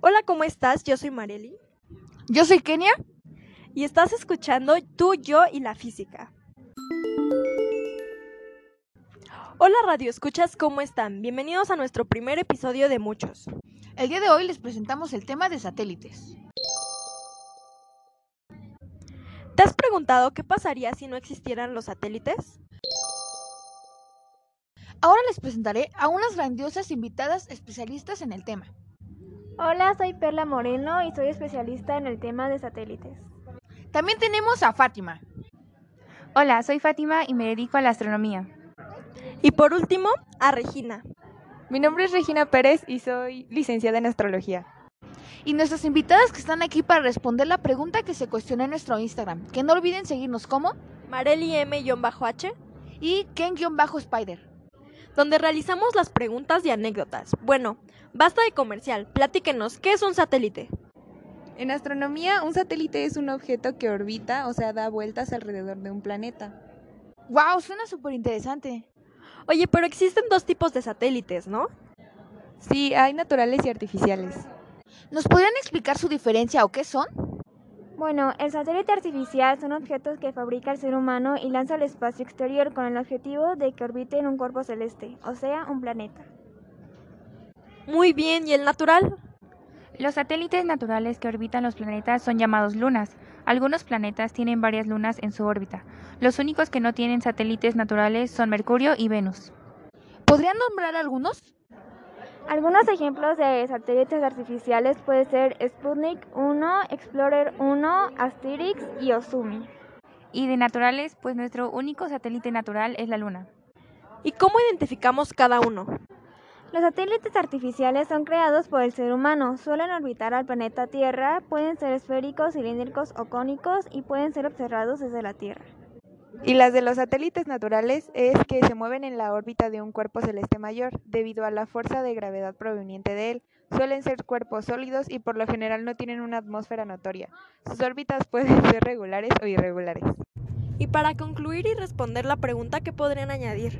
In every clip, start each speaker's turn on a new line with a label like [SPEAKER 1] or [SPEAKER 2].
[SPEAKER 1] Hola, ¿cómo estás? Yo soy Mareli
[SPEAKER 2] Yo soy Kenia.
[SPEAKER 1] y estás escuchando Tú, Yo y la Física. Hola, Radio Escuchas, ¿cómo están? Bienvenidos a nuestro primer episodio de muchos.
[SPEAKER 2] El día de hoy les presentamos el tema de satélites.
[SPEAKER 1] ¿Te has preguntado qué pasaría si no existieran los satélites?
[SPEAKER 2] Ahora les presentaré a unas grandiosas invitadas especialistas en el tema.
[SPEAKER 3] Hola, soy Perla Moreno y soy especialista en el tema de satélites.
[SPEAKER 2] También tenemos a Fátima.
[SPEAKER 4] Hola, soy Fátima y me dedico a la astronomía.
[SPEAKER 1] Y por último, a Regina.
[SPEAKER 4] Mi nombre es Regina Pérez y soy licenciada en astrología.
[SPEAKER 2] Y nuestras invitadas que están aquí para responder la pregunta que se cuestionó en nuestro Instagram. Que no olviden seguirnos como
[SPEAKER 1] Mareli M-H,
[SPEAKER 2] y Ken-Spider.
[SPEAKER 1] donde realizamos las preguntas y anécdotas. Bueno, basta de comercial, platíquenos, ¿qué es un satélite?
[SPEAKER 5] En astronomía, un satélite es un objeto que orbita, o sea, da vueltas alrededor de un planeta.
[SPEAKER 2] ¡Wow! Suena súper interesante.
[SPEAKER 1] Oye, pero existen dos tipos de satélites, ¿no?
[SPEAKER 5] Sí, hay naturales y artificiales.
[SPEAKER 2] ¿Nos podrían explicar su diferencia o qué son?
[SPEAKER 3] Bueno, el satélite artificial son objetos que fabrica el ser humano y lanza al espacio exterior con el objetivo de que orbite en un cuerpo celeste, o sea, un planeta.
[SPEAKER 1] Muy bien, ¿y el natural?
[SPEAKER 4] Los satélites naturales que orbitan los planetas son llamados lunas. Algunos planetas tienen varias lunas en su órbita. Los únicos que no tienen satélites naturales son Mercurio y Venus.
[SPEAKER 2] ¿Podrían nombrar algunos?
[SPEAKER 3] Algunos ejemplos de satélites artificiales pueden ser Sputnik 1, Explorer 1, Asterix y Ozumi.
[SPEAKER 4] Y de naturales, pues nuestro único satélite natural es la luna.
[SPEAKER 1] ¿Y cómo identificamos cada uno?
[SPEAKER 3] Los satélites artificiales son creados por el ser humano, suelen orbitar al planeta Tierra, pueden ser esféricos, cilíndricos o cónicos y pueden ser observados desde la Tierra.
[SPEAKER 5] Y las de los satélites naturales es que se mueven en la órbita de un cuerpo celeste mayor, debido a la fuerza de gravedad proveniente de él. Suelen ser cuerpos sólidos y por lo general no tienen una atmósfera notoria. Sus órbitas pueden ser regulares o irregulares.
[SPEAKER 1] Y para concluir y responder la pregunta, ¿qué podrían añadir?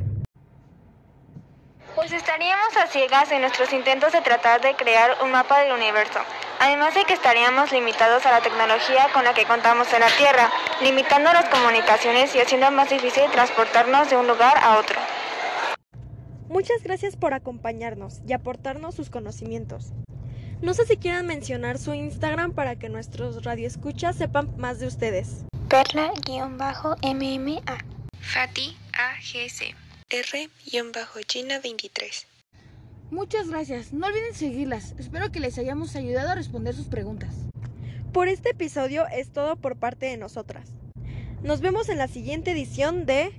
[SPEAKER 6] Pues estaríamos a ciegas en nuestros intentos de tratar de crear un mapa del universo, además de que estaríamos limitados a la tecnología con la que contamos en la Tierra, limitando las comunicaciones y haciendo más difícil transportarnos de un lugar a otro.
[SPEAKER 1] Muchas gracias por acompañarnos y aportarnos sus conocimientos. No sé si quieran mencionar su Instagram para que nuestros radioescuchas sepan más de ustedes.
[SPEAKER 6] Perla-MMA.
[SPEAKER 7] Fati AGC. R-Gina23.
[SPEAKER 2] Muchas gracias. No olviden seguirlas. Espero que les hayamos ayudado a responder sus preguntas.
[SPEAKER 1] Por este episodio es todo por parte de nosotras. Nos vemos en la siguiente edición de...